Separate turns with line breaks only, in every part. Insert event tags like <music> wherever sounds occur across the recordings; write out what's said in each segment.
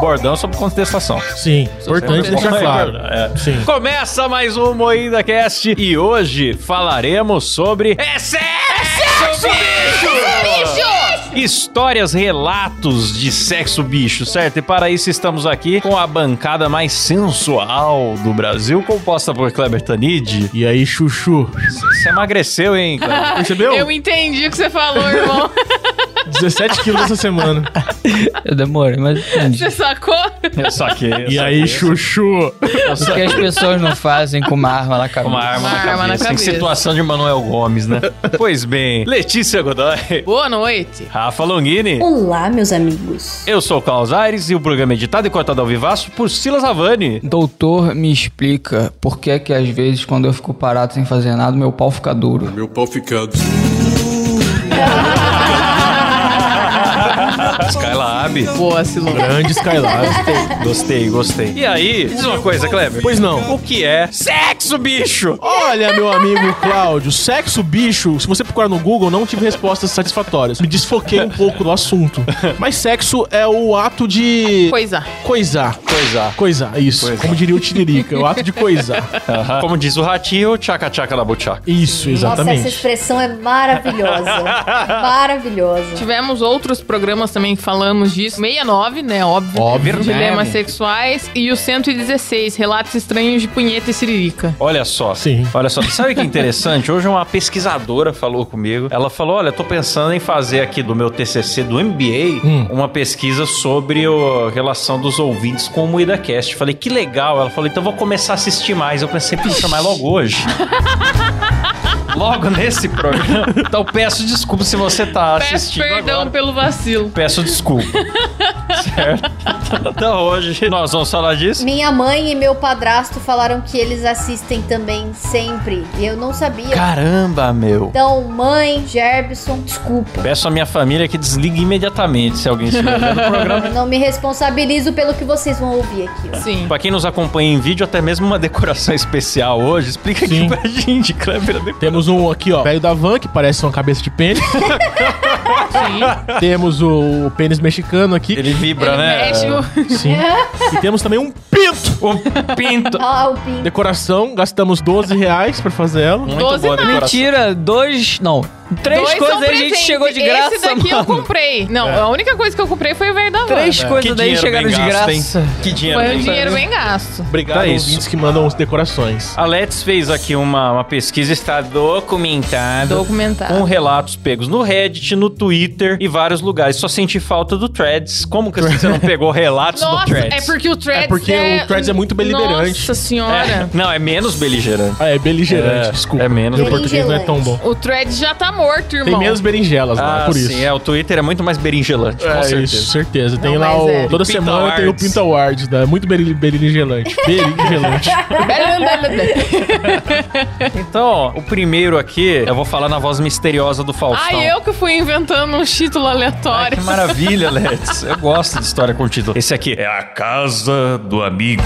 bordão é sobre contestação.
Sim, importante
sempre
deixar
bom.
claro.
É.
Sim.
Começa mais um Moída Cast e hoje falaremos sobre. É sexo, bicho! Histórias, relatos de sexo bicho, certo? E para isso estamos aqui com a bancada mais sensual do Brasil, composta por Kleber Tanid.
E aí, Chuchu?
Você emagreceu, hein, Kleber?
Percebeu?
Eu entendi o que você falou, <laughs> irmão.
17 quilos essa semana.
Eu demorei, mas entendi.
<laughs> Você sacou?
Eu saquei. eu
E
saquei.
aí, Chuchu?
Eu
O que
saquei.
as pessoas não fazem com uma arma na cabeça?
Uma arma,
Uma
na,
arma na
cabeça. Em
cabeça.
situação de Manuel Gomes, né? <laughs> pois bem, Letícia Godoy,
Boa noite.
Rafa Longini.
Olá, meus amigos.
Eu sou o Carlos Aires e o programa é editado e cortado ao vivaço por Silas Avani.
Doutor, me explica por que é que às vezes quando eu fico parado sem fazer nada, meu pau fica duro.
Meu pau fica
Skyla Abi.
Boa, Silão.
Grande Skylab.
Gostei, gostei. E aí, diz uma coisa, Kleber.
Pois não.
O que é sexo, bicho?
Olha, meu amigo Cláudio, sexo bicho, se você procurar no Google, não tive respostas satisfatórias. Me desfoquei um pouco do assunto. Mas sexo é o ato de
Coisa.
coisar.
Coisar.
Coisar, isso.
Coisar.
Como diria o Tiririca, é o ato de coisar.
Como diz o ratinho, tchaca-tchaca na buchaca.
Isso,
Nossa, essa
exatamente.
expressão é maravilhosa.
<laughs>
maravilhosa.
Tivemos outros programas também que falamos disso. 69, né? Óbvio.
Óbvio.
Dilemas
Né?
sexuais. E o 116, relatos estranhos de punheta e siririca.
Olha só.
Sim.
Olha só. Sabe que interessante? Hoje uma pesquisadora falou comigo. Ela falou: Olha, tô pensando em fazer aqui do meu TCC do MBA
Hum.
uma pesquisa sobre o- a relação dos ouvintes com o MoídaCast. Falei: Que legal. Ela falou: Então vou começar a assistir mais. Eu pensei: Puxa, mas logo hoje. Logo nesse programa. Então peço desculpa se você tá
Peço
assistindo.
perdão
agora.
pelo vacilo.
Peço desculpa. certo? Então hoje nós vamos falar disso.
Minha mãe e meu padrasto falaram que eles assistem também sempre. E eu não sabia.
Caramba, meu.
Então, mãe, Gerbson, desculpa.
Peço à minha família que desligue imediatamente se alguém estiver vendo o programa.
Eu não me responsabilizo pelo que vocês vão ouvir aqui. ó.
Sim.
Pra quem nos acompanha em vídeo, até mesmo uma decoração especial hoje. Explica
Sim.
aqui pra gente, Kleber.
Temos um aqui, ó, velho da van, que parece uma cabeça de pênis.
Sim.
Temos o pênis mexicano aqui.
Ele vibra,
Ele
né?
mexe <laughs> o-
Sim. E temos também um pinto.
O pinto.
Ah, o Pim.
Decoração, gastamos 12 reais pra fazer ela.
Muito
Doze
boa a
não.
decoração.
Mentira, dois. Não. Três
Dois são
coisas aí a gente
presente.
chegou de graça,
Esse daqui é eu
mano.
comprei. Não, a única coisa que eu comprei foi o velho da van.
Três
Que
coisas daí
dinheiro
chegaram
bem
de
gasto, hein?
graça.
Que dinheiro,
Foi um
hein?
dinheiro bem gasto.
Obrigado
Tá
aos
isso.
ouvintes que mandam as decorações.
A Let's fez aqui uma, uma pesquisa, está documentada.
Documentado.
Com relatos pegos no Reddit, no Twitter e vários lugares. Só senti falta do Threads. Como que você não pegou relatos no
Nossa,
Threads?
é porque o Threads
É porque o Threads é muito beligerante.
Nossa senhora.
É, não, é menos beligerante.
Ah, é beligerante,
É,
desculpa.
é menos
Meu português não é tão bom.
O Threads já tá morto, irmão.
Tem menos berinjelas lá,
Ah,
por isso.
sim, é. O Twitter é muito mais beringelante, com
É
certeza.
isso, certeza. Tem
Não,
lá
mas
o.
é.
Toda
Pinta
semana tem o
Awards.
Pinta Awards, né? Muito beril-
<laughs>
berinjelante. Berinjelante.
Então, ó, o primeiro aqui, eu vou falar na voz misteriosa do Faustão.
Ai, eu que fui inventando um título
Ai,
aleatório.
que maravilha, Let's. Eu gosto de história com título. Esse aqui é a casa do amigo.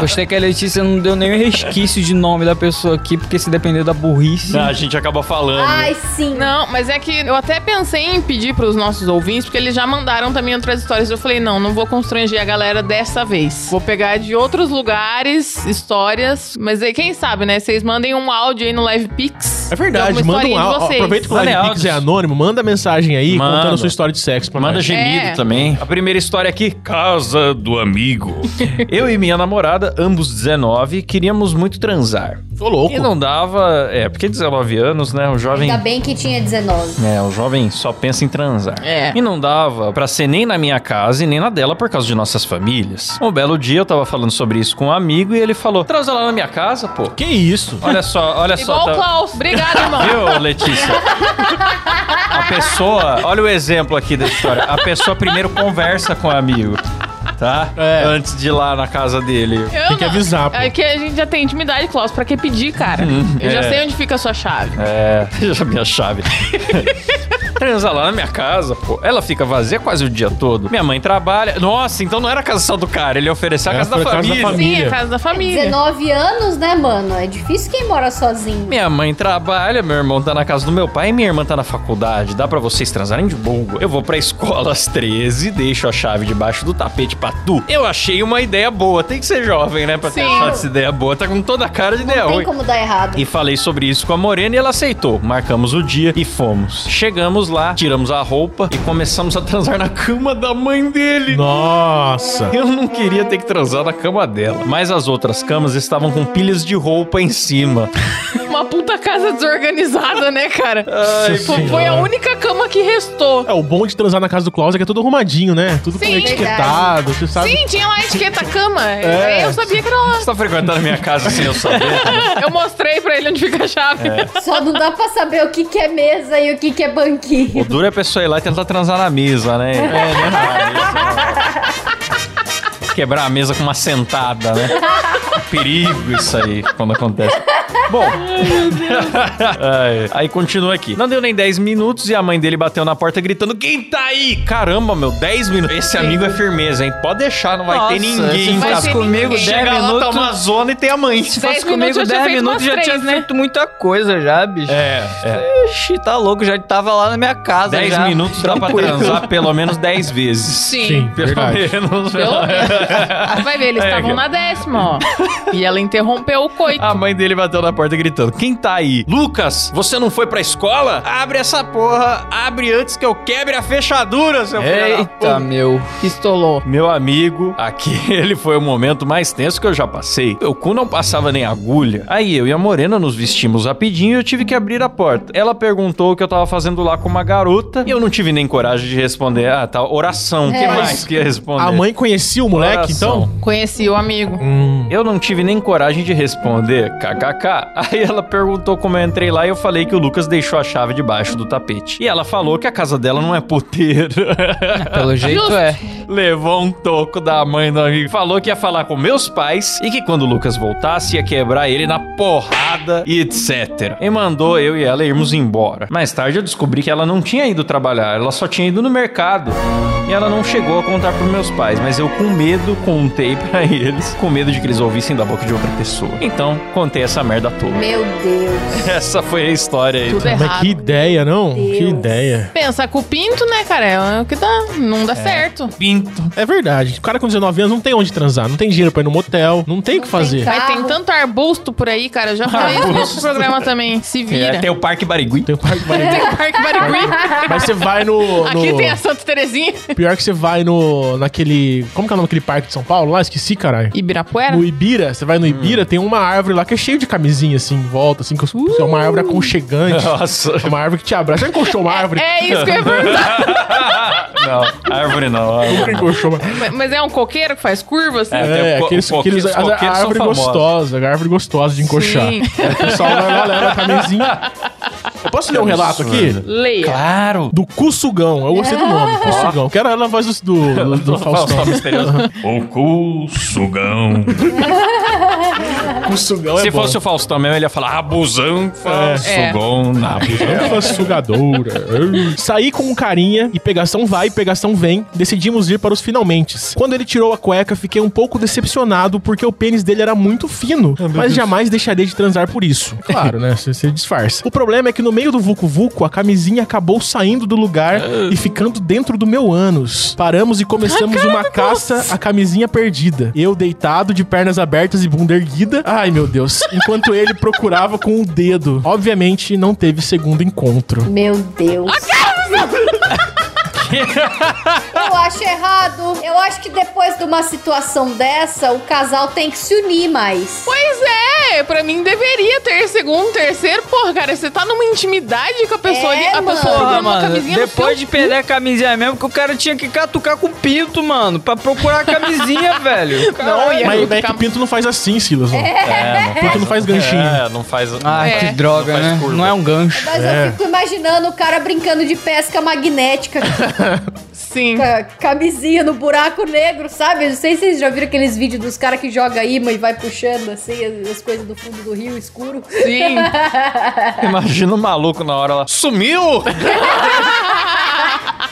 Gostei que a Letícia não deu nenhum resquício de nome da pessoa aqui, porque se depender da burrice.
Ah, a gente acaba falando.
Ai, sim.
Não, mas é que eu até pensei em pedir pros nossos ouvintes, porque eles já mandaram também outras histórias. Eu falei, não, não vou constranger a galera dessa vez. Vou pegar de outros lugares, histórias. Mas aí, quem sabe, né? Vocês mandem um áudio aí no Live Pix.
É verdade,
de alguma
manda um
historinha de
áudio.
vocês.
Aproveita que o
Manda
Live
áudios.
Pix é anônimo, manda mensagem aí
Manda.
contando a sua história de sexo pra
Manda
nós.
gemido
É.
também. A primeira história aqui, casa do
<laughs>
amigo. Eu e minha namorada, ambos 19, queríamos muito transar.
Tô louco.
E não dava, é, porque 19 anos, né, o jovem...
Ainda bem que tinha 19.
É, o jovem só pensa em transar.
É.
E não dava pra ser nem na minha casa e nem na dela por causa de nossas famílias. Um belo dia eu tava falando sobre isso com um amigo e ele falou: transa lá na minha casa, pô.
Que isso?
Olha só, olha só.
Igual o
tá-
Klaus. Obrigado,
<laughs>
irmão.
Viu, Letícia? A pessoa, olha o exemplo aqui da história. A pessoa primeiro conversa com o amigo, tá?
É.
Antes de ir lá na casa dele.
Eu
Tem que
não-
avisar, pô. Uhum.
É que a gente já tem intimidade, Klaus. Pra que pedir, cara? Eu já
é. <laughs>
sei onde fica a sua chave.
É, já minha chave. transa lá na minha casa, pô. Ela fica vazia quase o dia todo. Minha mãe trabalha. Nossa, então não era a casa só do cara, ele ofereceu a
É,
casa da
foi a casa da
família.
família.
Sim, a casa da família.
19 anos, né, mano? É difícil quem mora sozinho.
Minha mãe trabalha, meu irmão tá na casa do meu pai, minha irmã tá na faculdade. Dá pra vocês transarem de boa. Eu vou pra escola às 13, deixo a chave debaixo do tapete pra tu. Eu achei uma ideia boa. Tem que ser jovem, né? Pra ter
Sim.
achado essa ideia boa. Tá com toda a cara de ideia
Não
ruim.
tem como dar errado.
E falei sobre isso com a Morena e ela aceitou. Marcamos o dia e fomos. Chegamos lá, tiramos a roupa e começamos a transar na cama da mãe dele.
Nossa.
Eu não queria ter que transar na cama dela. Mas as outras camas estavam com pilhas de roupa em cima.
Uma puta casa desorganizada, né, cara?
Ai,
Fo- foi, a
senhora.
única cama que restou.
É, o bom de transar na casa do Klaus é que é tudo arrumadinho, né? Tudo
Sim.
com etiquetado, você sabe.
Sim, tinha lá a etiqueta cama.
É.
Eu sabia que era lá.
Você tá frequentando a minha casa sem eu saber?
Eu mostrei pra ele onde fica a chave.
Só não dá pra saber o que, que é mesa e o que, que é
O
banquinho.
duro é a pessoa ir lá e tentar transar na mesa, né? É, né? Quebrar a mesa com uma sentada, né? Perigo isso aí, quando acontece. Bom. <laughs> Ai, aí continua aqui. Não deu nem 10 minutos e a mãe dele bateu na porta gritando: Quem tá aí? Caramba, meu, 10 minutos. Esse amigo é firmeza, hein? Pode deixar, não vai ter ninguém.
Se
Vai
cara.
fosse
ter
comigo
ninguém.
10
Chega lá, tá
minutos.
uma zona e tem a mãe.
Se
Dez
fosse comigo
minutos, já tinha
10
feito
minutos,
umas
já tinha
três, né?
feito muita coisa já, bicho.
É, é.
Ixi, tá louco, já tava lá na minha casa.
10
já,
minutos dá pra
tranquilo.
transar pelo menos <laughs> 10 vezes.
Sim.
Pelo
Verdade.
menos. <laughs>
Pelo menos. Vai ver, eles
É, Ah.
estavam
que-
na décima, ó. E ela interrompeu o coito.
A mãe dele bateu na porta gritando: Quem tá aí? Lucas, você não foi pra escola? Abre essa porra, abre antes que eu quebre a fechadura, seu filho. da
Eita,
puta."
meu.
Pistolou.
Meu amigo, <laughs> aquele foi o momento mais tenso que eu já passei. Meu cu não passava nem agulha. Aí eu e a Morena nos vestimos rapidinho e eu tive que abrir a porta. Ela perguntou o que eu tava fazendo lá com uma garota e eu não tive nem coragem de responder. Ah, tá, oração. O que
É.
mais que ia responder?
A mãe conhecia o moleque,
Oração.
então?
Conheci o amigo.
Hum.
Eu não tive nem coragem de responder, kkk. Aí ela perguntou como eu entrei lá e eu falei que o Lucas deixou a chave debaixo do tapete. E ela falou que a casa dela não é puteiro. <laughs>
Pelo jeito
Justo.
é.
Levou um toco da mãe do amigo. Falou que ia falar com meus pais e que quando o Lucas voltasse ia quebrar ele na porrada e etc. E mandou eu e ela irmos embora. Mais tarde eu descobri que ela não tinha ido trabalhar, ela só tinha ido no mercado. E ela não chegou a contar pros meus pais, mas eu com medo contei <laughs> pra eles, com medo de que eles ouvissem da boca de outra pessoa. Então, contei essa merda toda.
Meu Deus.
<laughs> Essa foi a história aí.
Tudo
Mas
Tá errado.
é que ideia, não? Que
Deus.
ideia.
Pensa com o pinto, né, cara? É o que dá. Não dá certo.
Pinto.
É verdade. O cara com 19 anos não tem onde transar, não tem dinheiro pra ir no motel, não tem o que fazer.
carro.
Mas tem tanto arbusto por aí, cara. Eu já falei isso no outro programa também. Se
É,
vira.
tem o Parque Barigui.
Tem um o parque
<laughs>
Barigui.
Tem o Parque Barigui.
Mas você vai no.
Aqui
no-
tem a Santa Terezinha.
Pior é que você vai no. naquele. Como que é o nome daquele parque de São Paulo? Lá, esqueci, caralho.
Ibirapuera?
No Ibira, você vai
Hum.
no Ibira, tem uma árvore lá que é cheio de camisinha, assim, em volta, assim, que
Uh.
é uma árvore aconchegante.
Nossa.
É uma árvore que te abraça. Já encoxou uma árvore?
É isso que eu ia perguntar.
não, árvore não.
Nunca encoxou uma.
Mas- Mas é um coqueiro que faz curva, assim?
É, tem
É,
o co-
aqueles,
o coqueiro- os
aqueles, a, a
coqueiros são
árvore
famosos.
gostosa, a árvore gostosa de encoxar.
Sim.
<laughs> O pessoal vai lá, leva a camisinha. Eu posso ler um relato aqui?
Leia.
Claro.
Do Cussugão. Eu gostei do nome, Cussugão. Quero ela na voz do, do,
<laughs>
do, Faustão.
O cu sugão.
Cussugão
Se
é bom.
fosse o Faustão mesmo, ele ia falar abusão,
É.
Faustão, na
Ela sugadora. Saí com um carinha e pegação vai, pegação vem. Decidimos ir para os finalmente. Quando ele tirou a cueca, fiquei um pouco decepcionado porque o pênis dele era muito fino. mas jamais deixaria de transar por isso. Ah, Claro, né? Você você disfarça. O problema é que no meio do Vucu Vucu, a camisinha acabou saindo do lugar e ficando dentro do meu ânus. Paramos e começamos uma caça à camisinha perdida. Eu deitado, de pernas abertas e bunda erguida. Ai, meu Deus. Enquanto ele procurava com o dedo. Obviamente, não teve segundo encontro.
Meu Deus.
Ah,
<laughs> Eu acho errado. Eu acho que depois de uma situação dessa, o casal tem que se unir mais.
Pois é, pra mim deveria ter segundo, terceiro. Porra, cara, você tá numa intimidade com a pessoa. ali,
É,
a
mano.
pessoa
Porra,
olhando
Porra,
uma
mano,
camisinha no
depois de perder a camisinha mesmo, que o cara tinha que catucar com o pinto, mano, pra procurar a camisinha, <laughs> velho.
Não, e
Caralho.
aí-
Mas
outro
é que
cam-
o Pinto não faz assim, Silas. ó.
É,
Porque não faz ganchinho.
É, não faz.
Ai,
É.
que droga,
Não faz
né?
curva.
Não é um gancho.
Mas eu fico imaginando o cara brincando de pesca magnética.
Sim.
ca- camisinha no buraco negro, sabe? Eu não sei se vocês já viram aqueles vídeos dos caras que joga imã e vai puxando assim as, as coisas do fundo do rio escuro.
Sim.
Imagina o maluco na hora lá. Sumiu!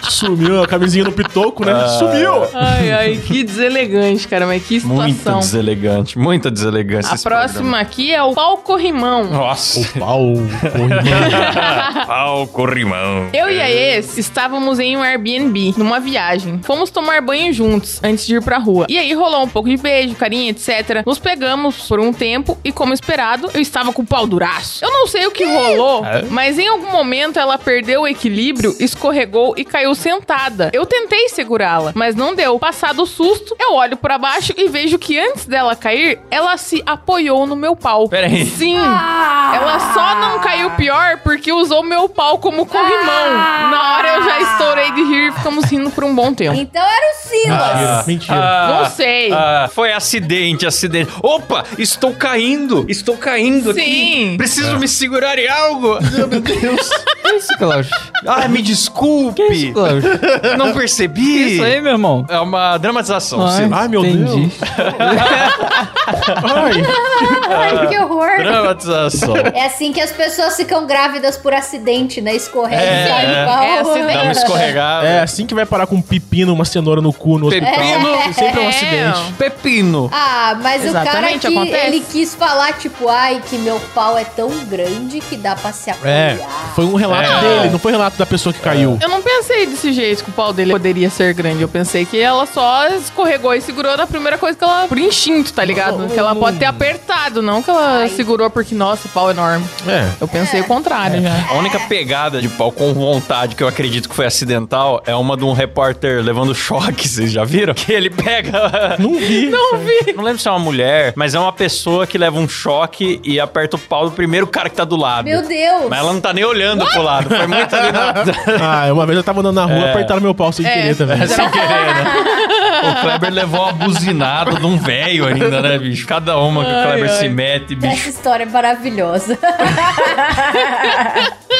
Sumiu a camisinha no pitoco,
É.
né? Sumiu!
Ai, ai, que deselegante, cara, mas que
Muito
situação.
deselegante, muita deselegância.
A
esse
próxima aqui é o
programa.
pau-corrimão.
<laughs> Nossa.
O <laughs> pau, corrimão.
Pau corrimão.
Eu e a ex estávamos em um Airbnb, numa viagem. Fomos tomar banho juntos, antes de ir pra rua. E aí rolou um pouco de beijo, carinha, etc. Nos pegamos por um tempo e, como esperado, eu estava com o pau duraço. Eu não sei o que rolou, mas em algum momento ela perdeu o equilíbrio, escorregou e caiu sentada. Eu tentei segurá-la, mas não deu. Passado o susto, eu olho pra baixo e vejo que antes dela cair, ela se apoiou no meu pau.
Peraí.
Sim!
Ah,
Ela só não caiu pior porque usou meu pau como corrimão.
Ah!
Na hora eu já estourei de rir e ficamos rindo por um bom tempo.
Então era o
mentira,
Silas.
mentira.
Não sei.
ah, foi acidente, acidente. Opa, estou caindo, estou caindo
Sim.
aqui. Preciso me segurar em algo. Meu Deus.
Que isso, Cláudio?
Ah, me desculpe.
Que isso, Cláudio?
Não percebi.
Isso aí, meu irmão.
É uma dramatização. sim.
ai, meu
entendi.
Ai,
Ai, que horror.
Dramatização.
É assim que as pessoas ficam grávidas por acidente, né? Escorrega
É,
e sai
é.
no pau.
É acidente.
né?
Dá uma escorregada.
é assim que vai parar com um pepino, uma cenoura no cu no hospital.
Pepino.
Sempre é um
É.
acidente.
Pepino.
Ah, mas o cara
Exatamente,
que
acontece.
ele quis falar, tipo, ai, que meu pau é tão grande que dá pra se apoiar.
É, foi um relato
É.
dele, não foi um relato da pessoa que caiu.
Eu não pensei desse jeito que o pau dele poderia ser grande. Eu pensei que ela só escorregou e segurou na primeira coisa que ela. Por instinto, tá ligado? Que ela pode ter apertado, não que ela segurou porque, nossa, o pau é enorme.
É.
Eu pensei o contrário já.
A única pegada de pau com vontade que eu acredito que foi acidental é uma de um repórter levando choque, vocês já viram? Que ele pega. <laughs>
Não vi.
Não lembro se é uma mulher, mas é uma pessoa que leva um choque e aperta o pau do primeiro cara que tá do lado.
Meu Deus.
Mas ela não tá nem olhando pro lado. Foi muito ali
<laughs>
na...
Ah, uma vez eu tava andando na rua, apertaram meu pau sem
É.
querer também.
sem querer, né? O Kleber levou uma buzinada de um velho ainda, né, bicho? Cada uma que o Kleber se mete, bicho.
Essa história é maravilhosa.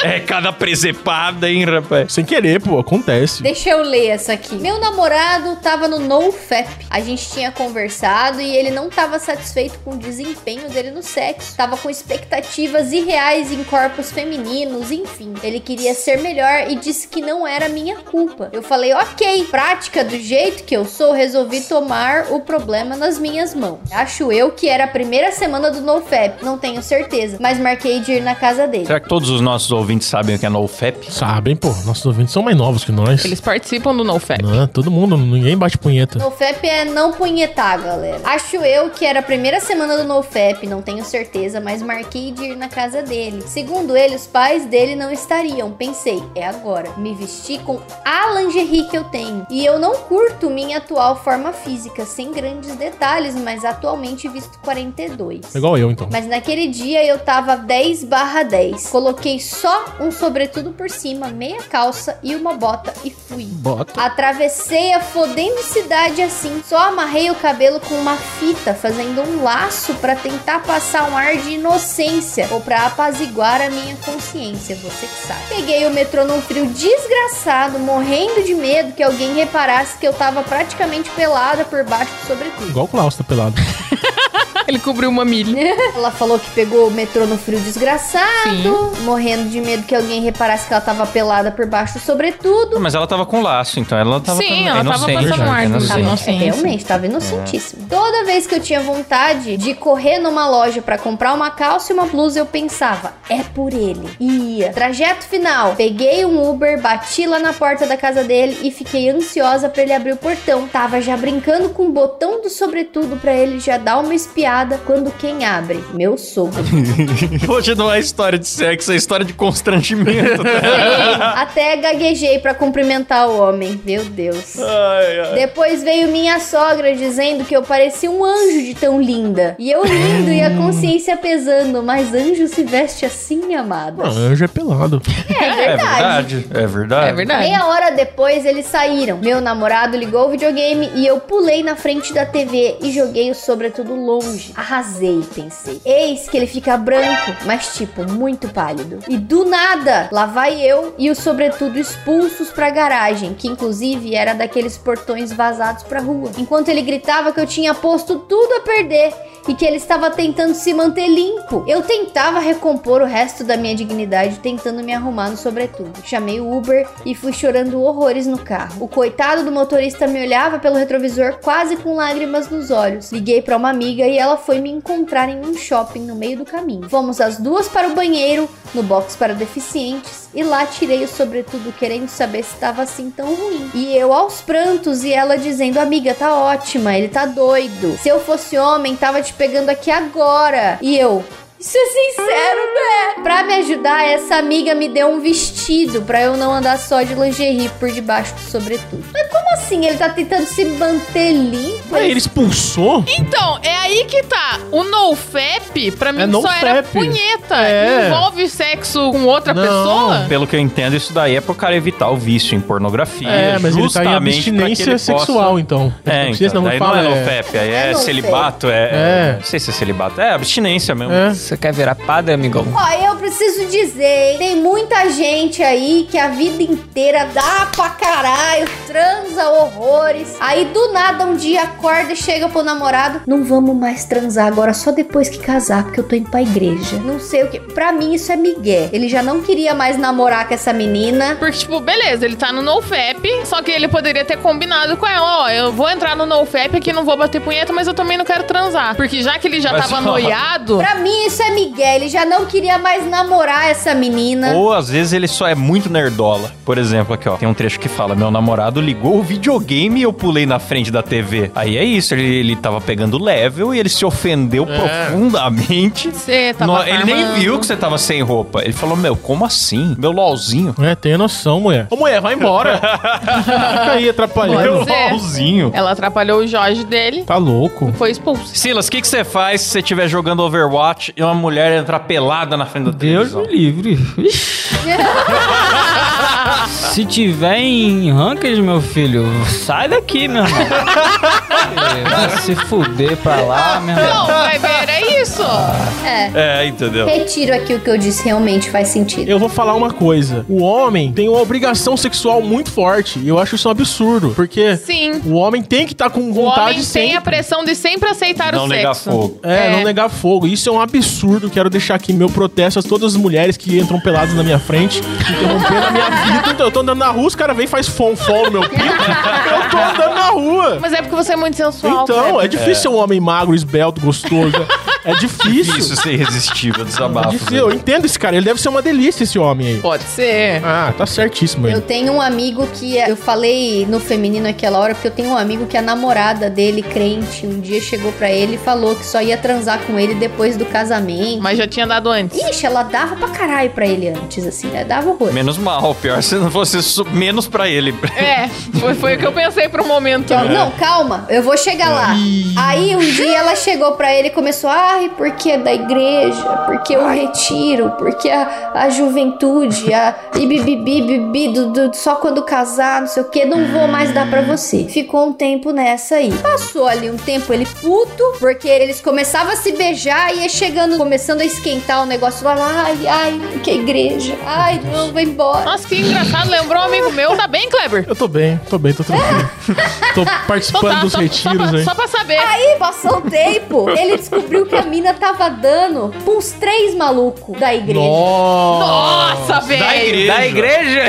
É cada presepada, hein, rapaz?
Sem querer, pô, acontece.
Deixa eu ler essa aqui. Meu namorado tava no NoFap. A gente tinha conversado e ele não tava satisfeito com o desempenho dele no sexo. Tava com expectativas irreais em corpos femininos, enfim. Ele queria ser melhor e disse que não era minha culpa. Eu falei, ok, prática do jeito que eu sou, resolvi tomar o problema nas minhas mãos. Acho eu que era a primeira semana do NoFap, não tenho certeza, mas marquei de ir na casa dele.
Será que todos os nossos ouvintes sabem o que é NoFap?
Sabem, pô, nossos ouvintes são mais novos que nós.
Eles participam do NoFap.
Não, todo mundo, ninguém bate punheta.
NoFap é não punhetar, galera. Acho eu que era a primeira semana do NoFap, não tenho certeza, mas marquei de ir na casa dele. Segundo ele, os pais dele não estariam. Pensei, é agora. Me vesti com a lingerie que eu tenho. E eu não curto minha atual forma física, sem grandes detalhes, mas atualmente visto 42.
Igual eu, então.
Mas naquele dia eu tava 10 barra 10. Coloquei só um sobretudo por cima, meia calça e uma bota e fui.
Bota.
Atravessei a fodendo cidade assim. Só amarrei o cabelo com uma fita, fazendo um laço pra tentar passar um ar de inocência ou pra apaziguar a minha consciência, você que sabe. Peguei o metrô num frio desgraçado, morrendo de medo que alguém reparasse que eu tava praticamente pelada por baixo do sobretudo.
Igual o Klaus tá pelado.
<laughs> Ele cobriu uma milha.
Ela falou que pegou o metrô no frio desgraçado,
Sim.
morrendo de medo que alguém reparasse que ela tava pelada por baixo do sobretudo.
Mas ela tava com laço, então ela tava
Sim, ela tava
inocente,
passando
né?
um ar de
Inocente. <laughs>
Tava-
inocência.
realmente, tava inocentíssimo. Toda vez que eu tinha vontade de correr numa loja pra comprar uma calça e uma blusa, eu pensava, é por ele. E ia. Trajeto final. Peguei um Uber, bati lá na porta da casa dele e fiquei ansiosa pra ele abrir o portão. Tava já brincando com o botão do sobretudo pra ele já dar uma espiada quando quem abre? Meu sogro.
Hoje não é história de sexo, é história de constrangimento. né?
<laughs>
<laughs> Até gaguejei pra cumprimentar o homem. Meu Deus.
ai, ai.
Depois veio minha sogra dizendo que eu parecia um anjo de tão linda. E eu lindo e a
Hum.
consciência pesando, mas anjo se veste assim, amado.
Não, anjo
<laughs>
é pelado.
É
É
verdade.
verdade, é verdade.
É verdade.
Meia hora depois eles saíram. Meu namorado ligou o videogame e eu pulei na frente da TV e joguei o sobretudo longe. hoje. Arrasei, pensei. Eis que ele fica branco, mas tipo, muito pálido. E do nada, lá vai eu e o sobretudo expulsos pra garagem, que inclusive era daqueles portões vazados pra rua. Enquanto ele gritava que eu tinha posto tudo a perder e que ele estava tentando se manter limpo. Eu tentava recompor o resto da minha dignidade tentando me arrumar no sobretudo. Chamei o Uber e fui chorando horrores no carro. O coitado do motorista me olhava pelo retrovisor quase com lágrimas nos olhos. Liguei para uma amiga e ela foi me encontrar em um shopping no meio do caminho. Fomos as duas para o banheiro, no box para deficientes, e lá tirei o sobretudo querendo saber se estava assim tão ruim. E eu aos prantos e ela dizendo: "Amiga, tá ótima, ele tá doido. Se eu fosse homem, tava te pegando aqui agora". E eu: isso é sincero, né? Pra me ajudar, essa amiga me deu um vestido pra eu não andar só de lingerie por debaixo do sobretudo. Mas como assim? Ele tá tentando se manter limpo?
Ué, ele expulsou?
Então, é aí que tá. O nofap, pra mim,
É
só era
nofap.
punheta.
É.
Envolve sexo com outra
Não.
pessoa?
Pelo que eu entendo, isso daí é pro cara evitar o vício em pornografia.
É, mas ele tá em
justamente pra que ele
abstinência
possa-
sexual, então.
É,
Abstinência
então, daí não,
fala,
é
é-
LOFEP, aí é,
É LOFEP.
celibato, é,
É.
Não sei se é celibato, é abstinência mesmo.
É.
Você quer virar padre, amigão?
Ó, eu preciso dizer, hein? Tem muita gente aí que a vida inteira dá pra caralho, transa horrores. Aí do nada um dia acorda e chega pro namorado: Não vamos mais transar agora, só depois que casar, porque eu tô indo pra igreja. Não sei o que. Pra mim isso é migué. Ele já não queria mais namorar com essa menina.
Porque, tipo, beleza, ele tá no nofap, só que ele poderia ter combinado com ela, ó, eu vou entrar no nofap aqui, não vou bater punheta, mas eu também não quero transar. Porque já que ele já
Mas,
tava
ó, <laughs>
noiado...
Pra mim isso é migué. Ele já não queria mais namorar essa
né?
menina.
Ou às vezes ele só é muito nerdola. Por exemplo, aqui ó, tem um trecho que fala: Meu namorado ligou o videogame e eu pulei na frente da TV. Aí é isso, ele, ele tava pegando level e ele se ofendeu
É.
profundamente.
Você tá tava
No- ele nem
farmando.
viu que você tava sem roupa. Ele falou: Meu, como assim? Meu LOLzinho.
É, tem noção, mulher. Ô, mulher,
<laughs>
vai embora. Fica aí
Meu
atrapalhando.
Pode ser.
LOLzinho.
Ela atrapalhou o Jorge dele,
Tá louco.
foi expulso.
Silas, o que que você faz se você estiver jogando Overwatch e uma mulher entrar pelada na frente da
Deus
televisão?
me livre. Ixi. <laughs> Se tiver em ranked, meu filho, sai daqui, meu irmão. Vai se fuder pra lá, meu
Não,
irmão.
Então, vai ver, é isso.
É.
É, entendeu?
Retiro aqui o que eu disse, realmente faz sentido.
Eu vou falar uma coisa. O homem tem uma obrigação sexual muito forte. E eu acho isso um absurdo. Porque
Sim.
o homem tem que estar com
O
vontade
homem tem
sempre.
a pressão de sempre aceitar
Não
o
negar
sexo.
fogo.
É,
É.
não negar fogo. Isso é um absurdo. Quero deixar aqui meu protesto a todas as mulheres que entram peladas na minha frente, interrompendo a minha vida. Então, eu tô andando na rua, os caras vêm e fazem fonfó no meu pinto. Eu tô andando na rua.
Mas é porque você é muito sensual.
Então,
Fred.
é difícil ser um homem magro, esbelto, gostoso. É difícil.
Isso ser né? irresistível,
É
desabafo.
difícil. Eu entendo esse cara. Ele deve ser uma delícia, esse homem aí.
Pode ser.
Ah, tá certíssimo
Eu
ele.
tenho um amigo que. Eu falei no feminino aquela hora, porque eu tenho um amigo que a namorada dele, crente, um dia chegou pra ele e falou que só ia transar com ele depois do casamento.
Mas já tinha dado antes.
Ixi, ela dava pra caralho pra ele antes, assim, né? Dava horror.
Menos mal, pior se não fosse su- menos pra ele.
É, foi, foi o que eu pensei pro momento.
Então, Não, calma, eu vou chegar lá. Aí um dia ela chegou pra ele e começou, ai, porque é da igreja, porque o retiro, porque a, a juventude, a ibibibibibi, do, do, só quando casar, não sei o que, não vou mais dar pra você. Ficou um tempo nessa aí. Passou ali um tempo ele puto, porque eles começavam a se beijar e ia chegando, começando a esquentar o negócio lá, ai, ai, que igreja, ai, não, vai embora.
Nossa, que engraçado. Lembrou um amigo meu. Tá bem, Kleber?
Eu tô bem, tô bem, tô
<laughs>
tranquilo. tô
Então
participando
tá,
dos
só, só,
retiros
pra,
aí.
só pra saber.
Aí passou o tempo, ele descobriu que a mina tava dando uns três malucos da igreja.
Nossa, velho.
Da igreja?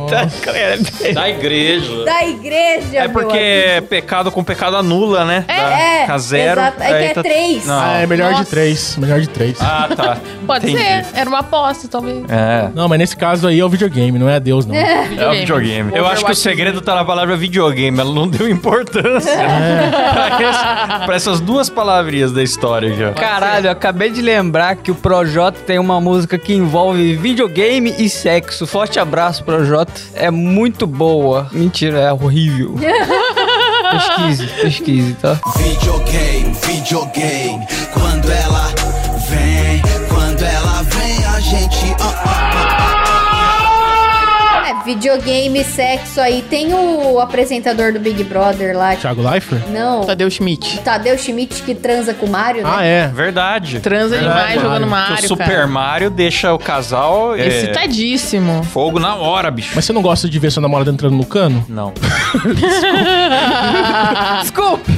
Nossa.
da igreja.
Da igreja,
É
meu
porque
amigo.
é pecado com pecado anula, né?
É,
Dá-
é,
fica zero.
exato. É que
aí tá-
é três.
Não.
Ah, é melhor de
Nossa.
três. Melhor de três.
Ah, tá.
Pode
Entendi.
ser. Era uma aposta, talvez.
É.
Não, mas nesse caso aí é o videogame, não é a Deus, não. É.
É o videogame. Eu acho que o segredo tá na palavra videogame, ela não deu importância. <laughs> pra, esse- pra essas duas palavrinhas da história já.
Caralho, eu acabei de lembrar que o Projota tem uma música que envolve videogame e sexo. Forte abraço, Projota. É muito boa. Mentira, é horrível. <laughs> pesquise, pesquise, tá?
Videogame, videogame. Quando ela vem, quando ela vem, a gente. ah, ah, ah, ah.
É, videogame, sexo aí. Tem o apresentador do Big Brother lá.
Thiago Leifert?
Não.
Tadeu Schmidt.
Tadeu Schmidt que transa com o Mario, né?
Tá Ah, é.
Verdade.
Transa demais
É Verdade.
jogando
Que
Mario,
O Super
cara. tá
Mario deixa o casal é,
Excitadíssimo.
fogo na hora, bicho.
Mas você não gosta de ver sua namorada entrando no cano?
Não.
Ah, Desculpa.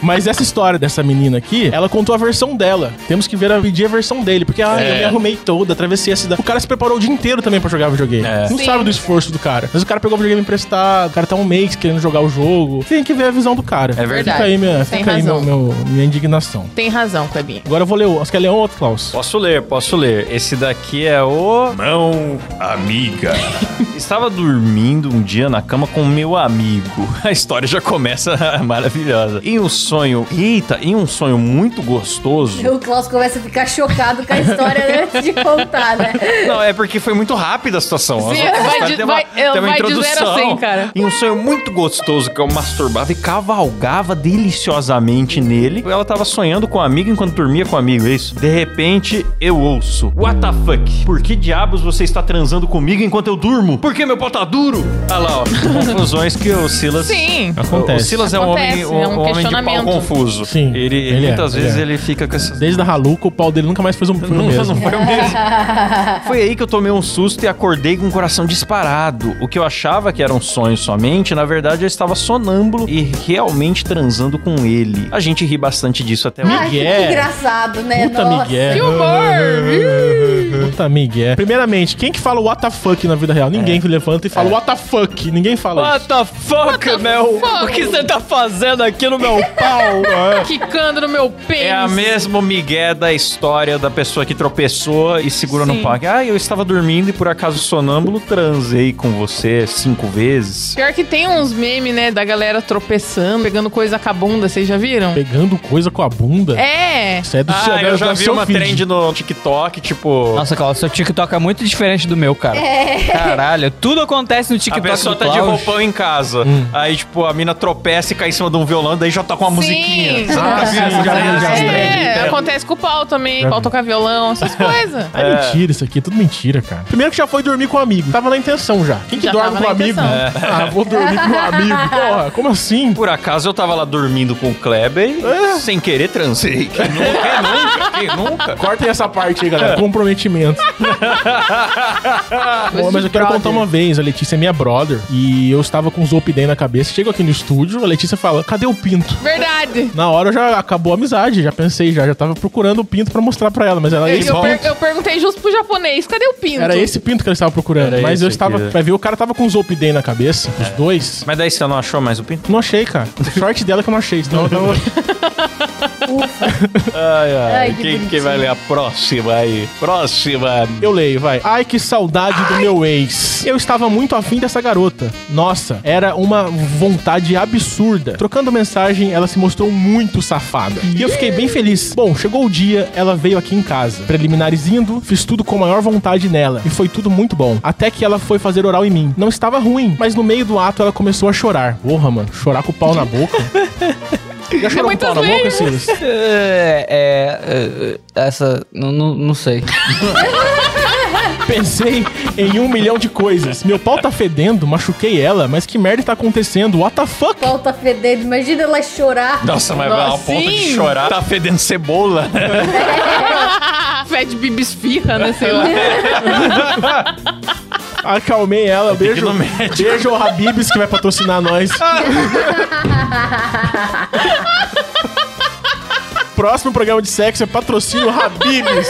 Mas essa história dessa menina aqui, ela contou a versão dela. Temos que ver a, pedir a versão dele, porque ah, eu me arrumei toda, atravessei a cidade. O cara se preparou o dia inteiro também pra jogar videogame. Não
Sim.
sabe do esforço do cara. Mas o cara pegou o videogame emprestado, o cara tá um mês querendo jogar o jogo. Tem que ver a visão do cara.
É verdade.
Fica aí minha,
Tem
fica aí meu,
razão.
meu- minha indignação.
Tem razão, Clebinha.
Agora eu vou ler o. Você quer ler um outro, Klaus?
Posso ler, posso ler. Esse daqui é o. Não, amiga. <laughs> Estava dormindo um dia na cama com meu amigo. A história já começa <laughs> maravilhosa. Em um sonho. Eita, em um sonho muito
é?
gostoso.
O Klaus começa a ficar chocado com a
<laughs>
história antes de contar, né?
Não, é porque foi muito rápida a situação.
Sim,
As outras
vai
histórias
de-
têm uma-
vai- é,
têm uma
vai de zero a
introdução.
cem, cara.
E um sonho muito gostoso que eu masturbava e cavalgava deliciosamente nele. Ela tava sonhando com um amigo enquanto dormia com um amigo, é isso? De repente, eu ouço. What the fuck? Por que diabos você está transando comigo enquanto eu durmo? Por que meu pau tá duro? Olha lá, ó.
<laughs>
Conclusões que o Silas...
Sim.
O
Acontece.
Silas é um homem,
Acontece,
um,
é um
um homem de pau
questionamento.
confuso.
Sim,
Ele,
ele é,
muitas
ele
vezes
é.
ele fica com essas...
Desde a Haluca, o pau dele nunca mais fez um foi o
Não,
mesmo.
não foi o mesmo. Foi aí que eu tomei um susto e acordei com o coração disparado. O que eu achava que era um sonho somente, na verdade eu estava sonâmbulo e realmente transando com ele. A gente ri bastante disso até hoje.
Ai, Ah, que
Miguel.
engraçado, né?
Puta
Nossa.
Miguel.
É, Que humor!
Puta Miguel. Primeiramente, quem que fala what the fuck na vida real? Ninguém que levanta e fala what the fuck. Ninguém fala isso.
What the fuck, meu?
fuck?
O que você tá fazendo aqui no meu pau?
<laughs>
é. Quicando no meu pênis.
É a mesmo migué da história da pessoa que tropeçou e segurou no
Sim.
pau. Ah, eu estava dormindo e por acaso sonâmbulo transei com você cinco vezes.
Pior que tem uns memes, né, da galera tropeçando, pegando coisa com a bunda, vocês já viram?
Pegando coisa com a bunda.
É.
Isso é do seu-
Ah,
é
eu
do
já vi
seu
uma
feed.
trend no TikTok, tipo...
Nossa, Klaus, seu TikTok é muito diferente do meu, cara. Caralho, tudo acontece no
A
TikTok
pessoa
do
tá de
Klaus.
roupão em casa. Aí, tipo, a mina tropeça e cai em cima de um violão, daí já toca uma
Sim.
musiquinha.
<laughs>
Você
Ah,
nunca viu
sim,
isso?
já vi, já vi.
É,
É,
acontece com o pau também, pau tocar violão, essas coisas.
Então, É, mentira isso aqui, é tudo mentira, cara. Primeiro que já foi dormir com um amigo. Tava na intenção já. Quem que
Já
dorme
tava
com um
na
amigo?
intenção.
Ah, vou dormir com um
<laughs>
amigo. Porra, como assim?
Por acaso eu tava lá dormindo com o Kleber e sem querer transei. É. <laughs> Que nunca, que nunca, que nunca.
Cortem essa parte aí, galera. Comprometimento. Bom, mas eu quero contar uma vez, a Letícia é minha brother, e eu estava com o Zolpidem na cabeça. Chego aqui no estúdio, a Letícia fala, cadê o pinto?
Verdade.
Na hora eu já acabou a amizade, já pensei, já, já tava procurando o pinto pra mostrar pra ela, mas ela...
Eu,
"Esse
eu per-
pinto."
eu perguntei justo pro japonês, cadê o pinto?
um Era esse pinto que ela estava procurando,
Era
mas
esse
eu
aqui, É.
estava...
né?
Vai ver, o cara tava com o Zolpidem na cabeça, os dois...
Mas daí você não achou mais o pinto?
Não achei, cara. Sorte dela que eu não achei, senão eu
<laughs>
tava...
Ai, ai.
Ai, que
quem, quem vai ler a próxima aí? Próxima.
Eu leio, vai. Ai, que saudade do meu ex. Eu estava muito afim dessa garota. Nossa, era uma vontade absurda. Trocando mensagem, ela se mostrou muito safada. E eu fiquei bem feliz. Bom, chegou o dia, ela veio aqui em casa. Preliminares indo, fiz tudo com a maior vontade nela. E foi tudo muito bom. Até que ela foi fazer oral em mim. Não estava ruim, mas no meio do ato ela começou a chorar. Porra, mano, chorar com o pau na boca. Já chorou com o pau na boca,
muitas
Silas?
É, é, é, essa, não, não, não sei.
Pensei em um milhão de coisas. Meu pau tá fedendo, machuquei ela, mas que merda tá acontecendo? What the fuck?
Pau tá fedendo, imagina ela chorar.
Nossa, mas
Nossa,
ao ponto de
sim.
chorar. Tá fedendo cebola. né?
Ah, Fé de bibisfirra, né, sei lá.
Acalmei ela,
Tem que ir
beijo.
no médico.
Beijo ao Habibs que vai patrocinar nós. Próximo programa de sexo é patrocínio Habibs.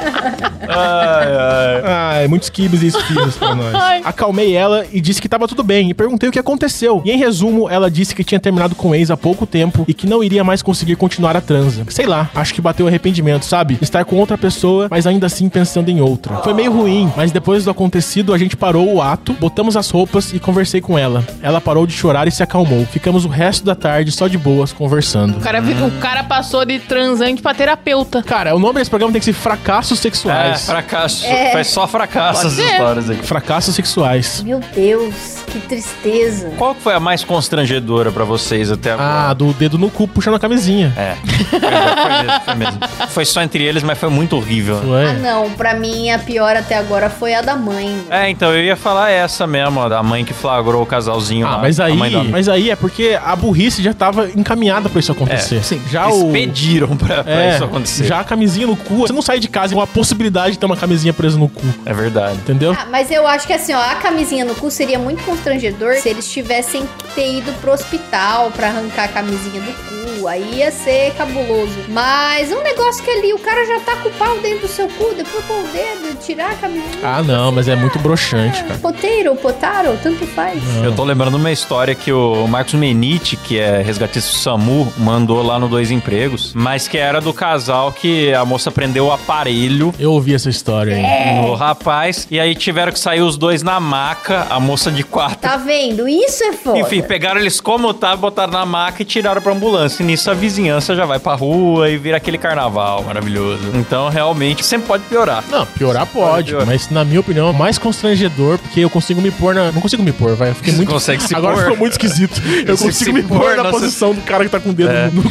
ai, ai.
Ai, Ah, é muitos quibes e esquilos pra nós.
Ai.
Acalmei ela e disse que tava tudo bem e perguntei o que aconteceu. E em resumo, ela disse que tinha terminado com o ex há pouco tempo e que não iria mais conseguir continuar a transa. Sei lá, acho que bateu arrependimento, sabe? Estar com outra pessoa, mas ainda assim pensando em outra. Foi meio ruim, mas depois do acontecido, a gente parou o ato, botamos as roupas e conversei com ela. Ela parou de chorar e se acalmou. Ficamos o resto da tarde só de boas conversando.
O cara, vi- o cara passou de transante pra terapeuta.
Cara, o nome desse programa tem que ser Fracassos Sexuais. sexuais.
fracasso.
É.
Faz só fracasso essas
Pode ser.
histórias aqui.
Fracassos sexuais.
Meu Deus, que tristeza.
Qual que foi a mais constrangedora pra vocês até agora?
Ah, do dedo no cu puxando a camisinha.
É. Foi mesmo, foi mesmo. Foi só entre eles, mas foi muito horrível. né?
Ah,
Ué.
não, pra mim a pior até agora foi a da mãe. mano.
É, então eu ia falar essa mesmo, ó, da mãe que flagrou o casalzinho
Ah,
lá.
mas
a
aí,
mãe da-
mas aí é porque a burrice já tava encaminhada pra isso acontecer.
É,
sim.
Já o
Eles pediram pra, pra
é,
isso acontecer.
já a camisinha no cu. Você não sai de casa com a possibilidade de ter uma camisinha presa no cu,
É verdade.
entendeu?
Ah, mas eu acho que assim, ó, a camisinha no cu seria muito constrangedor se eles tivessem que ter ido pro hospital pra arrancar a camisinha do cu. Aí ia ser cabuloso. Mas é um negócio que ali o cara já tá com o pau dentro do seu cu, depois com o dedo, tirar a camisinha.
Ah, não, mas é muito broxante, cara.
Poteiro, potaro, tanto faz.
Eu tô lembrando uma história que o Marcos Menite, que é resgatista do SAMU, mandou lá no Dois Empregos, mas que era do casal que a moça prendeu o aparelho
Eu ouvi essa história aí.
no rapaz, e aí tiveram que sair os dois na maca, a moça de quatro.
Tá vendo? Isso é foda.
Enfim, pegaram eles como tá, botaram na maca e tiraram pra ambulância. E nisso a vizinhança já vai pra rua e vira aquele carnaval maravilhoso. Então, realmente, sempre pode piorar.
Não, piorar pode,
piorar.
mas na minha opinião é mais constrangedor, porque eu consigo me pôr na. Não consigo me pôr, vai. Eu fiquei
Você
muito.
consegue se
Agora
pôr?
ficou
<laughs>
muito esquisito.
Você
Eu
se
consigo me
pôr
pôr na
na
posição do cara que tá com o dedo
É. <laughs>
no.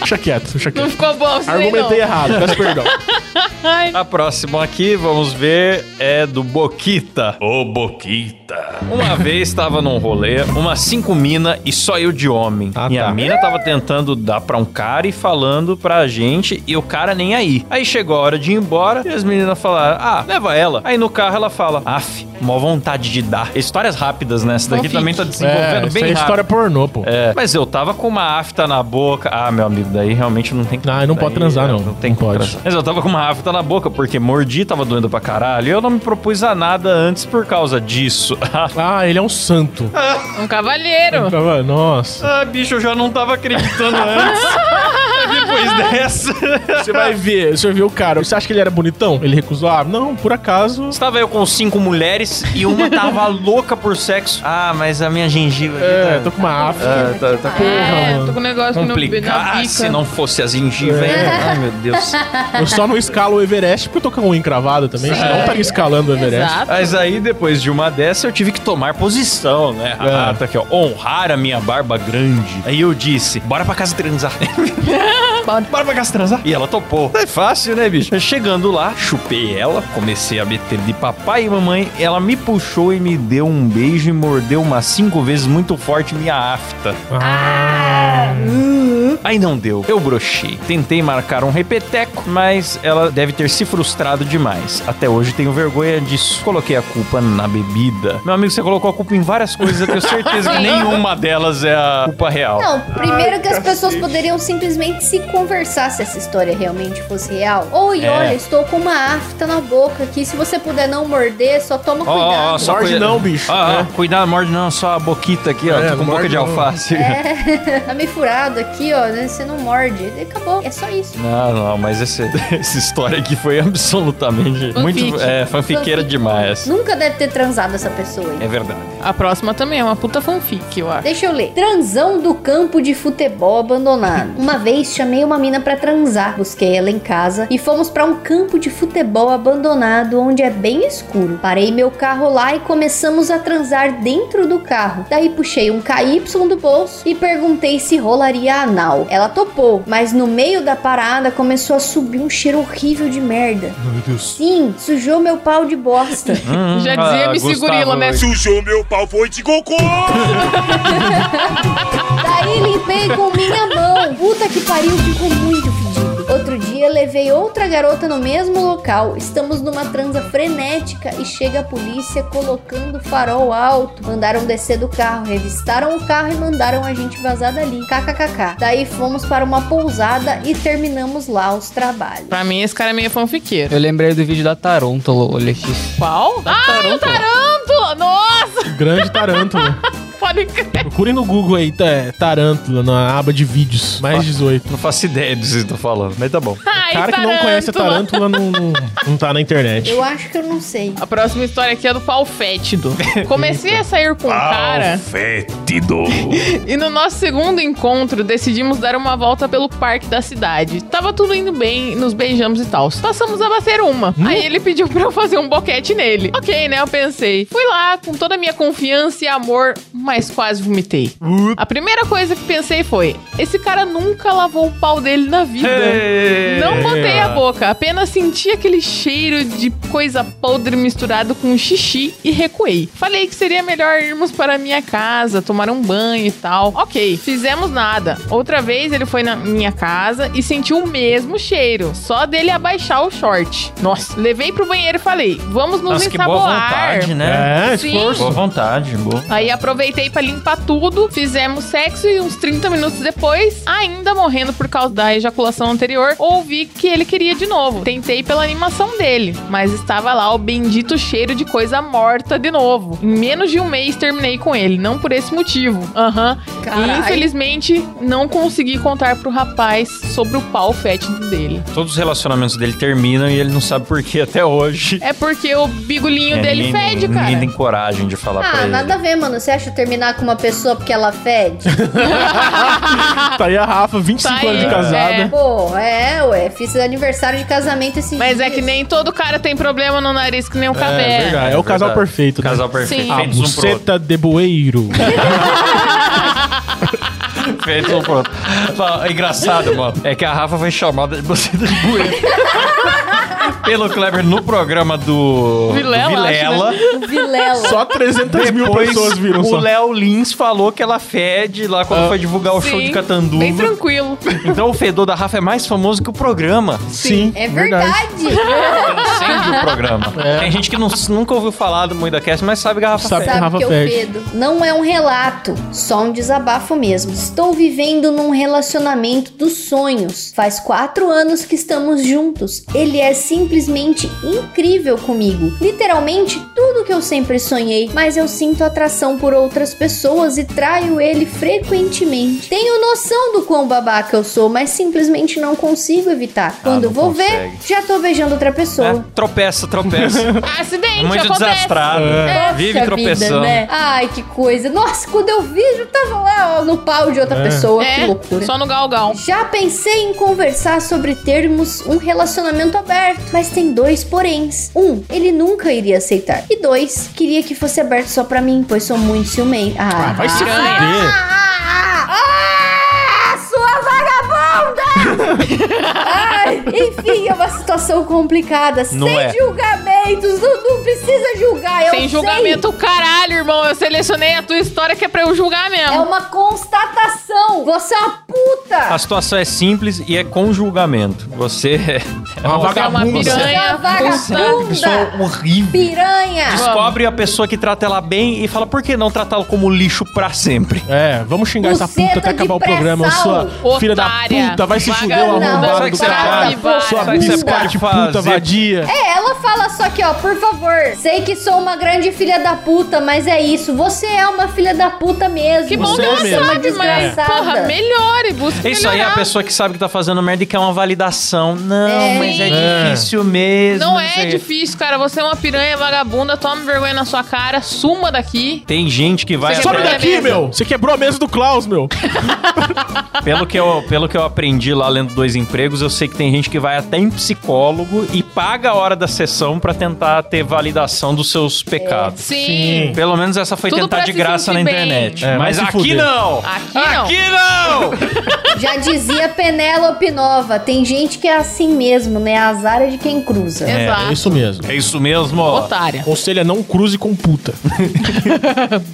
Deixa quieto, deixa
Não
quieto.
ficou bom isso aí, não.
Argumentei errado, tá peço perdão.
Ai.
A próxima aqui, vamos ver, é do Boquita. Ô, Boquita. Uma vez estava num rolê, uma cinco mina e só eu de homem.
Ah,
e a
tá.
mina tava tentando dar pra um cara e falando pra gente, e o cara nem aí. Aí chegou a hora de ir embora, e as meninas falaram, ah, leva ela. Aí no carro ela fala, af, mó vontade de dar. Histórias rápidas, né? Essa daqui
Não
também
fique.
tá desenvolvendo
É, isso
bem
aí é
rápido.
história pornô, pô.
É, mas eu tava com uma afta na boca. Ah, meu amigo, daí realmente não tem que.
Ah, não pode
daí,
transar,
é,
não.
Não tem
Não
como
pode.
transar. Mas eu tava com uma afta na boca, porque mordi, tava doendo pra caralho. E eu não me propus a nada antes por causa disso. <laughs>
Ah, ele é um santo.
Um cavalheiro.
Tava- Nossa.
ah, bicho, eu já não tava acreditando
<laughs>
antes. Depois dessa.
Você vai ver, você viu o cara. Você acha que ele era bonitão? Ele recusou? Ah, não, por acaso.
Estava eu com cinco mulheres e uma tava louca por sexo. Ah, mas a minha gengiva. aqui
É,
tá...
tô com uma afta.
Ah, tá, tá
É,
mano.
tô com um negócio no, na
complicado. Ah, Se
bica. É.
não fosse a gengiva, hein? Ai, meu Deus.
Eu só não escalo o Everest porque eu tô com a unha encravada também. Senão eu estaria escalando o Everest.
É. Exato.
Mas aí, depois de uma dessa, eu tive que tomar posição, né? Ah, tá aqui, ó. Honrar a minha barba grande. Aí eu disse, bora pra casa transar. bora. bora pra casa transar. E ela topou. É fácil, né, bicho? Chegando lá, chupei ela, comecei a meter de papai e mamãe. Ela me puxou e me deu um beijo e mordeu umas cinco vezes muito forte minha afta. Aí não deu. Eu brochei. Tentei marcar um repeteco, mas ela deve ter se frustrado demais. Até hoje tenho vergonha disso. Coloquei a culpa na bebida. Meu amigo, você colocou a culpa em várias coisas. Eu tenho certeza que nenhuma delas é a culpa real.
Não, primeiro que as pessoas poderiam simplesmente se conversar se essa história realmente fosse real. Oi,
É.
olha, estou com uma afta na boca aqui. Se você puder não morder, só toma
Ó, ó, ó,
cuidado.
só
Morde
cuida-
não, bicho.
Ó, ó,
É.
Cuidado, morde não, só a boquita aqui, ó.
É,
Tô com boca
morde
de
não.
alface.
É.
<laughs> tá meio furado aqui, ó. né? Você não morde. E acabou. É só isso.
<laughs> Não, não, mas esse- <laughs> essa história aqui foi absolutamente
Fanfic.
muito é, fanfiqueira demais.
Nunca deve ter transado essa pessoa aí.
É verdade.
A próxima também é uma puta fanfic, eu acho.
Deixa eu ler. Transão do campo de futebol abandonado. Uma vez chamei uma mina pra transar, busquei ela em casa e fomos pra um campo de futebol abandonado onde é bem escuro. Parei meu carro lá e começamos a transar dentro do carro. Daí puxei um KY do bolso e perguntei se rolaria anal. Ela topou, mas no meio da parada começou a subir um cheiro horrível de merda.
Meu Deus.
Sim, sujou meu pau de bosta.
Hum,
Já dizia
ah,
me
Gustavo,
segurila, né?
Sujou meu pau, foi de cocô!
Daí limpei com minha mão. Puta que pariu, ficou muito fedido. Outro dia levei outra garota no mesmo local. Estamos numa transa frenética e chega a polícia colocando o farol alto. Mandaram descer do carro, revistaram o carro e mandaram a gente vazar dali. KKKK. Daí fomos para uma pousada e terminamos lá os trabalhos.
Pra mim, esse cara é meio fanfiqueiro.
Eu lembrei do vídeo da Tarôntolo, olha aqui.
Qual? Ah,
tarântula.
o tarântula! Nossa!
Grande tarântula.
Pode crer.
Procurem no Google aí, tá- Tarântula, na aba de vídeos. Mais 18.
Não faço ideia do que vocês estão falando, mas tá bom.
Ai,
cara que não conhece a tarântula não, não, não tá na internet.
Eu acho que eu não sei.
A próxima história aqui é do pau
<laughs>
fétido. Comecei a sair com um cara
Fétido.
<laughs> e no nosso segundo encontro decidimos dar uma volta pelo parque da cidade. Tava tudo indo bem, nos beijamos e tal. Passamos a bater uma.
Hum?
Aí ele pediu pra eu fazer um boquete nele. Ok, né? Eu pensei. Fui lá com toda a minha confiança e amor, mas quase vomitei. A primeira coisa que pensei foi: esse cara nunca lavou o pau dele na vida.
Ei!
Não botei a boca, apenas senti aquele cheiro de coisa podre misturado com xixi e recuei. Falei que seria melhor irmos para minha casa, tomar um banho e tal. Ok, fizemos nada. Outra vez ele foi na minha casa e sentiu o mesmo cheiro, só dele abaixar o short. Nossa, levei pro banheiro e falei: vamos nos
Nossa, que boa
ensaboar.
vontade, né?
É,
tá Sim.
esforço.
Boa vontade, boa.
Aí aproveitei pra limpar tudo, fizemos sexo e uns 30 minutos depois, ainda morrendo por causa da ejaculação anterior, ouvi que ele queria de novo. Tentei pela animação dele, mas estava lá o bendito cheiro de coisa morta de novo. Em menos de um mês terminei com ele, não por esse motivo. Aham. E
Caralho.
infelizmente não consegui contar pro rapaz sobre o pau fétido dele.
Todos os relacionamentos dele terminam e ele não sabe por que até hoje.
É porque o bigulinho
É,
dele
ninguém-
fede, cara.
Ninguém tem coragem de falar pra
Ah,
ele.
nada a ver, mano. Você acha terminar com uma pessoa porque ela fede?
<laughs>
Tá aí a Rafa, 25
Tá aí,
anos de casada.
é.
Pô, é, ué. Fiz aniversário de casamento esse
Mas é que nem todo cara tem problema no nariz, que nem o cabelo.
É verdade, é o casal perfeito, né?
Casal perfeito.
Sim.
A
Feitos um pro outro.
buceta de bueiro.
Feitos um pro outro. Fala, É engraçado, mano. É que a Rafa foi chamada de buceta de bueiro. Pelo Kleber no programa do
Vilela,
do Vilela.
O Vilela.
Só 300 mil
Depois,
pessoas viram
o
só.
Léo Lins falou que ela fede lá quando foi divulgar o
Sim,
show de Catanduva.
Bem tranquilo.
Então o fedor da Rafa é mais famoso que o programa.
Sim,
É verdade.
Incende o programa. Tem gente que não- nunca ouviu falar do Moída Cast, mas sabe que a Rafa
Sabe.
fede.
Rafa
Sabe que eu
fede.
fedo. Não é um relato, só um desabafo mesmo. Estou vivendo num relacionamento dos sonhos. Faz quatro anos que estamos juntos. Ele é simplesmente incrível comigo. Literalmente tudo que eu sempre sonhei, mas eu sinto atração por outras pessoas e traio ele frequentemente. Tenho noção do quão babaca eu sou, mas simplesmente não consigo evitar. Quando
não
vou ver,
consegue.
já tô beijando outra pessoa.
É, tropeça, tropeça.
Acidente,
Muito
acontece.
desastrado.
Poxa
Vive
vida,
tropeçando.
né? Ai, que coisa. Nossa, quando eu vi, eu tava lá ó, no pau de outra pessoa. que
É,
loucura.
só no galgão.
Já pensei em conversar sobre termos um relacionamento aberto, mas tem dois poréns. Um, ele nunca iria aceitar. E dois, queria que fosse aberto só pra mim, pois sou muito ciumento. Ah,
Vai se
Ah.
fuder.
ah, ah, sua vagabunda! Ai, enfim, é uma situação complicada.
Não
sem
é.
julgamentos, não, não precisa julgar. eu
Sem
sei.
julgamento, o caralho, irmão. Eu selecionei a tua história que é pra eu julgar mesmo.
É uma constatação. Você é uma
A
puta.
situação é simples e é com julgamento. Você <laughs> é
Uma
Você é uma
vagabunda.
Você é
piranha.
uma vagabunda.
pessoa horrível.
Piranha.
Descobre a pessoa que trata ela bem e fala por que não tratá-la como lixo pra sempre?
É, vamos xingar essa
Buceta
puta até
tá de
acabar o programa,
pré-sal.
sua filha da
Otária.
puta. Vai se fuder, o
Vagabunda.
arrombado
Sabe
do
que você
caralho.
pode-
Sua
sabe que você
biscate
pode
de
fazer?
puta vadia.
É, ela fala só que, ó, por favor, sei que sou uma grande filha da puta, mas é isso, você é uma filha da puta mesmo.
Que bom
Você
que ela
você
mesmo.
é uma
sabe, mas.
desgraçada.
Porra, melhore, busca.
Isso aí é a
melhorar.
pessoa que sabe que tá fazendo merda e quer uma validação. Não,
É.
mas é
É.
difícil mesmo. né,
Não
sei
é
o quê.
difícil, cara. Você é uma piranha vagabunda, toma vergonha na sua cara, suma daqui.
Tem gente que vai
Você
Sobe
atrás-
quebrou a
daqui,
mesa.
meu! Você quebrou a mesa do Klaus, meu!
Pelo que, eu, pelo que eu aprendi lá lendo Dois Empregos, eu sei que tem gente que vai até em psicólogo e paga a hora da sessão pra tentar ter validação dos seus pecados.
Sim.
Pelo menos essa foi
Tudo
tentar
pra
de
se
graça na
sentir bem.
internet.
É,
mas
vai se
aqui
fuder.
não!
Aqui não.
não!
Já dizia Penélope Nova, tem gente que é assim mesmo, né? Azar é de quem cruza.
É
Exato.
isso mesmo.
é isso mesmo, ó.
Otária.
Conselho é não cruze com puta.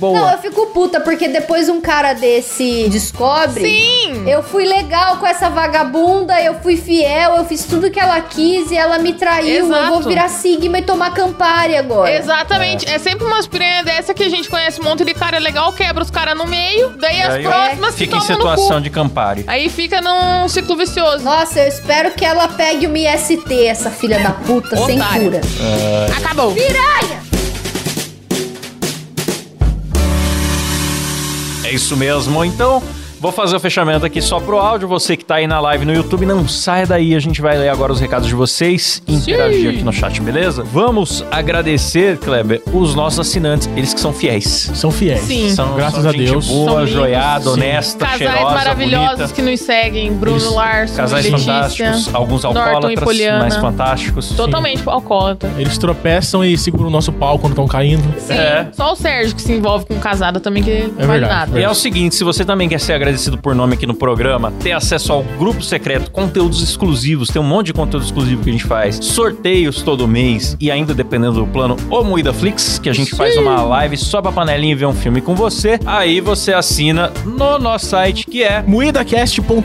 Não, eu fico puta, porque depois um cara desse descobre.
Sim.
Eu fui legal com essa vagabunda, eu fui fiel, eu fiz tudo que ela quis e ela me traiu.
Exato.
Eu vou virar Sigma e tomar Campari agora.
Exatamente. É. sempre umas piranha dessa que a gente conhece um monte de cara legal, quebra os caras no meio, daí as
Aí
próximas se
Fica em
tomam
situação
no cu.
de Campari.
Aí fica num ciclo vicioso.
Nossa, eu espero que ela pegue uma IST, essa filha da puta, sem
Otário.
cura.
Acabou.
Piranha!
É isso mesmo. Então, vou fazer o fechamento aqui só pro áudio. Você que tá aí na live no YouTube, não sai daí. A gente vai ler agora os recados de vocês e interagir aqui no chat, beleza? Vamos agradecer, Kleber, os nossos assinantes, eles que são fiéis.
São fiéis.
Sim.
São,
Graças
são
a
gente
Deus.
São
Boa,
lindos.
joiada,
Sim.
honesta,
Casais
cheirosa,
maravilhosos
bonita.
que nos seguem. Bruno
Eles-
Larson,
Casais
Letícia.
fantásticos, alguns
Norton e
alcoólatras,
Poliana.
mais fantásticos.
Totalmente alcoólatra.
Eles tropeçam e seguram o nosso pau quando estão caindo.
Sim.
É.
Só o Sérgio que se envolve com casada também, que não
É
vale
verdade,
nada.
E é o seguinte, se você também quer ser agradecido por nome aqui no programa, ter acesso ao grupo secreto, conteúdos exclusivos, tem um monte de conteúdo exclusivo que a gente faz, sorteios todo mês e ainda dependendo do plano, ou Moída Flix, que a gente faz uma live só pra panelinha e ver um filme com você, aí você assina no nosso site que é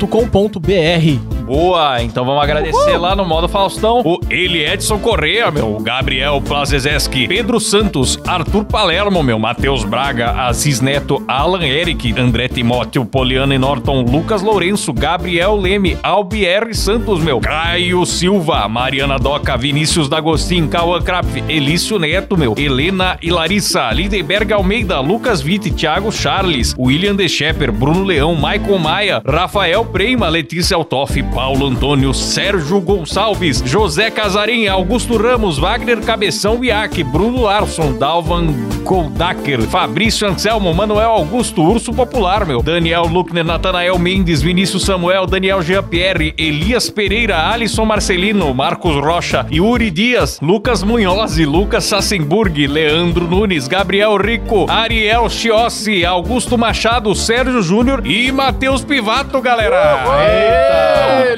Moedacast.com.br
boa. Então vamos agradecer lá no modo Faustão o Eli Edson Correa, meu, Gabriel Plazezeski, Pedro Santos, Arthur Palermo, meu, Matheus Braga, Assis Neto, Alan Eric, André Timóteo, Poliana e Norton, Lucas Lourenço, Gabriel Leme, Albieri Santos, meu, Caio Silva, Mariana Doca, Vinícius D'Agostin, Cauã Krapf, Elício Neto, meu, Helena e Larissa, Lindenberg Almeida, Lucas Vitti, Thiago Charles, William De Shepper, Bruno Leão, Maicon Maia, Rafael Prema, Letícia Altoff, Paulo Antônio, Sérgio Gonçalves, José Casarim, Augusto Ramos, Wagner Cabeção Iac, Bruno Larson, Dalvan Goldacker, Fabrício Anselmo, Manuel Augusto, Urso Popular, meu, Daniel Luckner, Natanael Mendes, Vinícius Samuel, Daniel Jean Pierre, Elias Pereira, Alisson Marcelino, Marcos Rocha, Yuri Dias, Lucas Munhozzi, Lucas Sassenburg, Leandro Nunes, Gabriel Rico, Ariel Chiossi, Augusto Machado, Sérgio Júnior e Matheus Pivato, galera! Eita!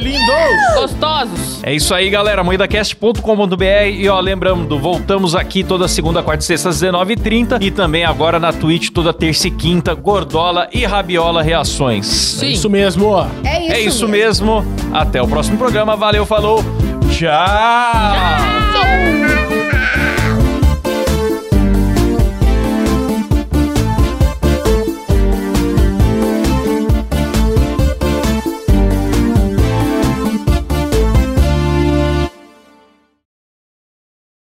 Gostosos.
É isso aí, galera. Moedacast.com.br e ó, lembrando, voltamos aqui toda segunda, quarta e sexta, às 19h30 e também agora na Twitch toda terça e quinta, Gordola e Rabiola Reações.
Sim.
Isso mesmo, ó.
É isso,
É isso mesmo. Até o próximo programa. Valeu, falou. Tchau.
Tchau.